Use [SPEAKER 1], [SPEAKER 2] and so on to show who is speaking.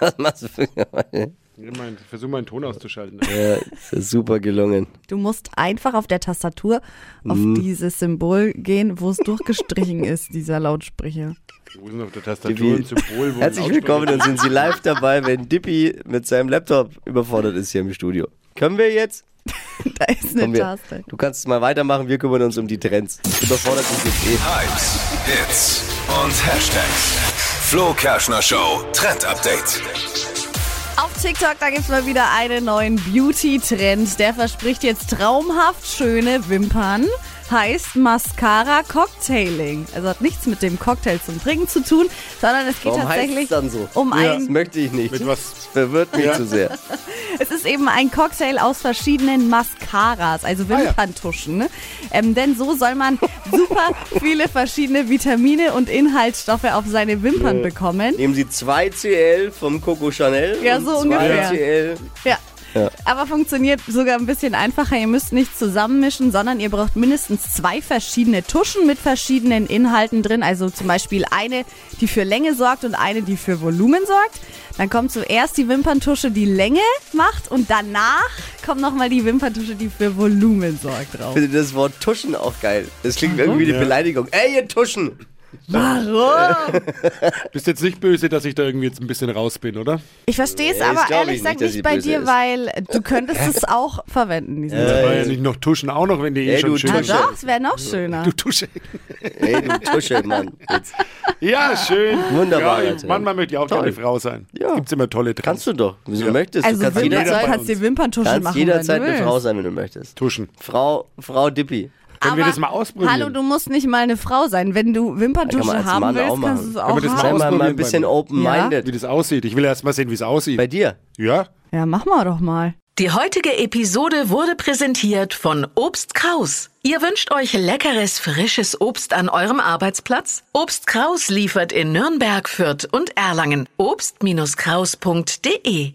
[SPEAKER 1] Was machst du für
[SPEAKER 2] Mein, versuch meinen Ton auszuschalten.
[SPEAKER 1] Ja, ist ja super gelungen.
[SPEAKER 3] Du musst einfach auf der Tastatur auf
[SPEAKER 1] Mhm.
[SPEAKER 3] dieses Symbol gehen, wo es durchgestrichen ist, dieser Lautsprecher.
[SPEAKER 2] Wo sind auf der Tastatur ein Symbol? Wo
[SPEAKER 1] Herzlich
[SPEAKER 2] ein Lautsprecher-
[SPEAKER 1] willkommen und sind Sie live dabei, wenn Dippy mit seinem Laptop überfordert ist hier im Studio. Können wir jetzt?
[SPEAKER 3] Da ist eine
[SPEAKER 1] Können wir.
[SPEAKER 3] Taste.
[SPEAKER 1] Du kannst mal weitermachen, wir kümmern uns um die Trends. Überfordert ist jetzt eh.
[SPEAKER 4] Hypes, Hits und Hashtags. Flo Kerschner Show Trend Update.
[SPEAKER 3] Auf TikTok, da gibt's mal wieder einen neuen Beauty-Trend. Der verspricht jetzt traumhaft schöne Wimpern. Heißt Mascara Cocktailing. Also hat nichts mit dem Cocktail zum Trinken zu tun, sondern es geht
[SPEAKER 1] Warum heißt
[SPEAKER 3] tatsächlich
[SPEAKER 1] es dann so?
[SPEAKER 3] um
[SPEAKER 1] ja. Das
[SPEAKER 3] ein
[SPEAKER 1] möchte ich nicht.
[SPEAKER 2] Mit
[SPEAKER 1] Das
[SPEAKER 2] was?
[SPEAKER 1] verwirrt mich zu sehr.
[SPEAKER 3] Es ist eben ein Cocktail aus verschiedenen Mascaras, also Wimperntuschen. ne? Ähm, denn so soll man super viele verschiedene Vitamine und Inhaltsstoffe auf seine Wimpern bekommen.
[SPEAKER 1] Nehmen Sie 2CL vom Coco Chanel.
[SPEAKER 3] Ja,
[SPEAKER 1] und
[SPEAKER 3] so ungefähr.
[SPEAKER 1] 2CL.
[SPEAKER 3] Ja.
[SPEAKER 1] Ja.
[SPEAKER 3] Aber funktioniert sogar ein bisschen einfacher. Ihr müsst nicht zusammenmischen, sondern ihr braucht mindestens zwei verschiedene Tuschen mit verschiedenen Inhalten drin. Also zum Beispiel eine, die für Länge sorgt und eine, die für Volumen sorgt. Dann kommt zuerst die Wimperntusche, die Länge macht und danach kommt nochmal die Wimperntusche, die für Volumen sorgt drauf.
[SPEAKER 1] Ich finde das Wort Tuschen auch geil. Das klingt irgendwie wie eine Beleidigung. Ey, ihr Tuschen!
[SPEAKER 3] Warum?
[SPEAKER 2] Bist jetzt nicht böse, dass ich da irgendwie jetzt ein bisschen raus bin, oder?
[SPEAKER 3] Ich verstehe es
[SPEAKER 1] Nee, das
[SPEAKER 3] aber
[SPEAKER 1] glaub
[SPEAKER 3] ehrlich
[SPEAKER 1] ich nicht,
[SPEAKER 3] gesagt
[SPEAKER 1] dass
[SPEAKER 3] nicht
[SPEAKER 1] sie
[SPEAKER 3] bei
[SPEAKER 1] böse
[SPEAKER 3] dir,
[SPEAKER 1] ist.
[SPEAKER 3] weil du könntest es auch verwenden, diesen
[SPEAKER 2] Da
[SPEAKER 3] äh,
[SPEAKER 2] war ja nicht noch Tuschen auch noch, wenn die eh
[SPEAKER 1] Ey,
[SPEAKER 2] schon
[SPEAKER 1] du
[SPEAKER 2] schön
[SPEAKER 3] Na
[SPEAKER 1] Tusche.
[SPEAKER 3] doch, es wäre noch schöner.
[SPEAKER 2] Du Tusche.
[SPEAKER 1] Ey, du Tusche, Mann. Jetzt
[SPEAKER 2] Ja, schön.
[SPEAKER 1] Wunderbar,
[SPEAKER 2] Ja,
[SPEAKER 1] Alter.
[SPEAKER 2] manchmal möchte ich auch
[SPEAKER 1] Toll.
[SPEAKER 2] gerne Frau sein.
[SPEAKER 1] Ja.
[SPEAKER 2] Gibt's immer tolle Trends.
[SPEAKER 1] kannst du doch, wenn du möchtest.
[SPEAKER 3] Also
[SPEAKER 1] du kannst
[SPEAKER 3] Wimpern,
[SPEAKER 1] jederzeit,
[SPEAKER 3] kannst dir Wimperntusche
[SPEAKER 1] kannst
[SPEAKER 3] machen.
[SPEAKER 1] jederzeit
[SPEAKER 3] wenn du
[SPEAKER 1] eine Frau
[SPEAKER 3] willst.
[SPEAKER 1] sein, wenn du möchtest.
[SPEAKER 2] Tuschen.
[SPEAKER 1] Frau, Frau Dippi.
[SPEAKER 2] Können wir
[SPEAKER 3] Aber-
[SPEAKER 2] das mal ausprobieren?
[SPEAKER 3] Hallo, du musst nicht mal eine Frau sein. Wenn du Wimperntusche
[SPEAKER 1] Ja, kann man als Mann auch
[SPEAKER 3] haben willst,
[SPEAKER 1] machen.
[SPEAKER 3] kannst du es
[SPEAKER 1] Wenn
[SPEAKER 3] auch
[SPEAKER 2] man das
[SPEAKER 1] Sei
[SPEAKER 3] haben.
[SPEAKER 1] mal,
[SPEAKER 2] Ausprobieren
[SPEAKER 1] mal ein
[SPEAKER 2] Ah. bei
[SPEAKER 1] bisschen
[SPEAKER 2] mir.
[SPEAKER 1] open-minded.
[SPEAKER 2] Wie das aussieht. Ich will erst mal sehen, wie es aussieht.
[SPEAKER 1] Bei dir.
[SPEAKER 2] Ja?
[SPEAKER 3] Ja, mach mal doch mal.
[SPEAKER 5] Die heutige Episode wurde präsentiert von Obst Kraus. Ihr wünscht euch leckeres, frisches Obst an eurem Arbeitsplatz? Obst Kraus liefert in Nürnberg, Fürth und Erlangen. Obst-Kraus.de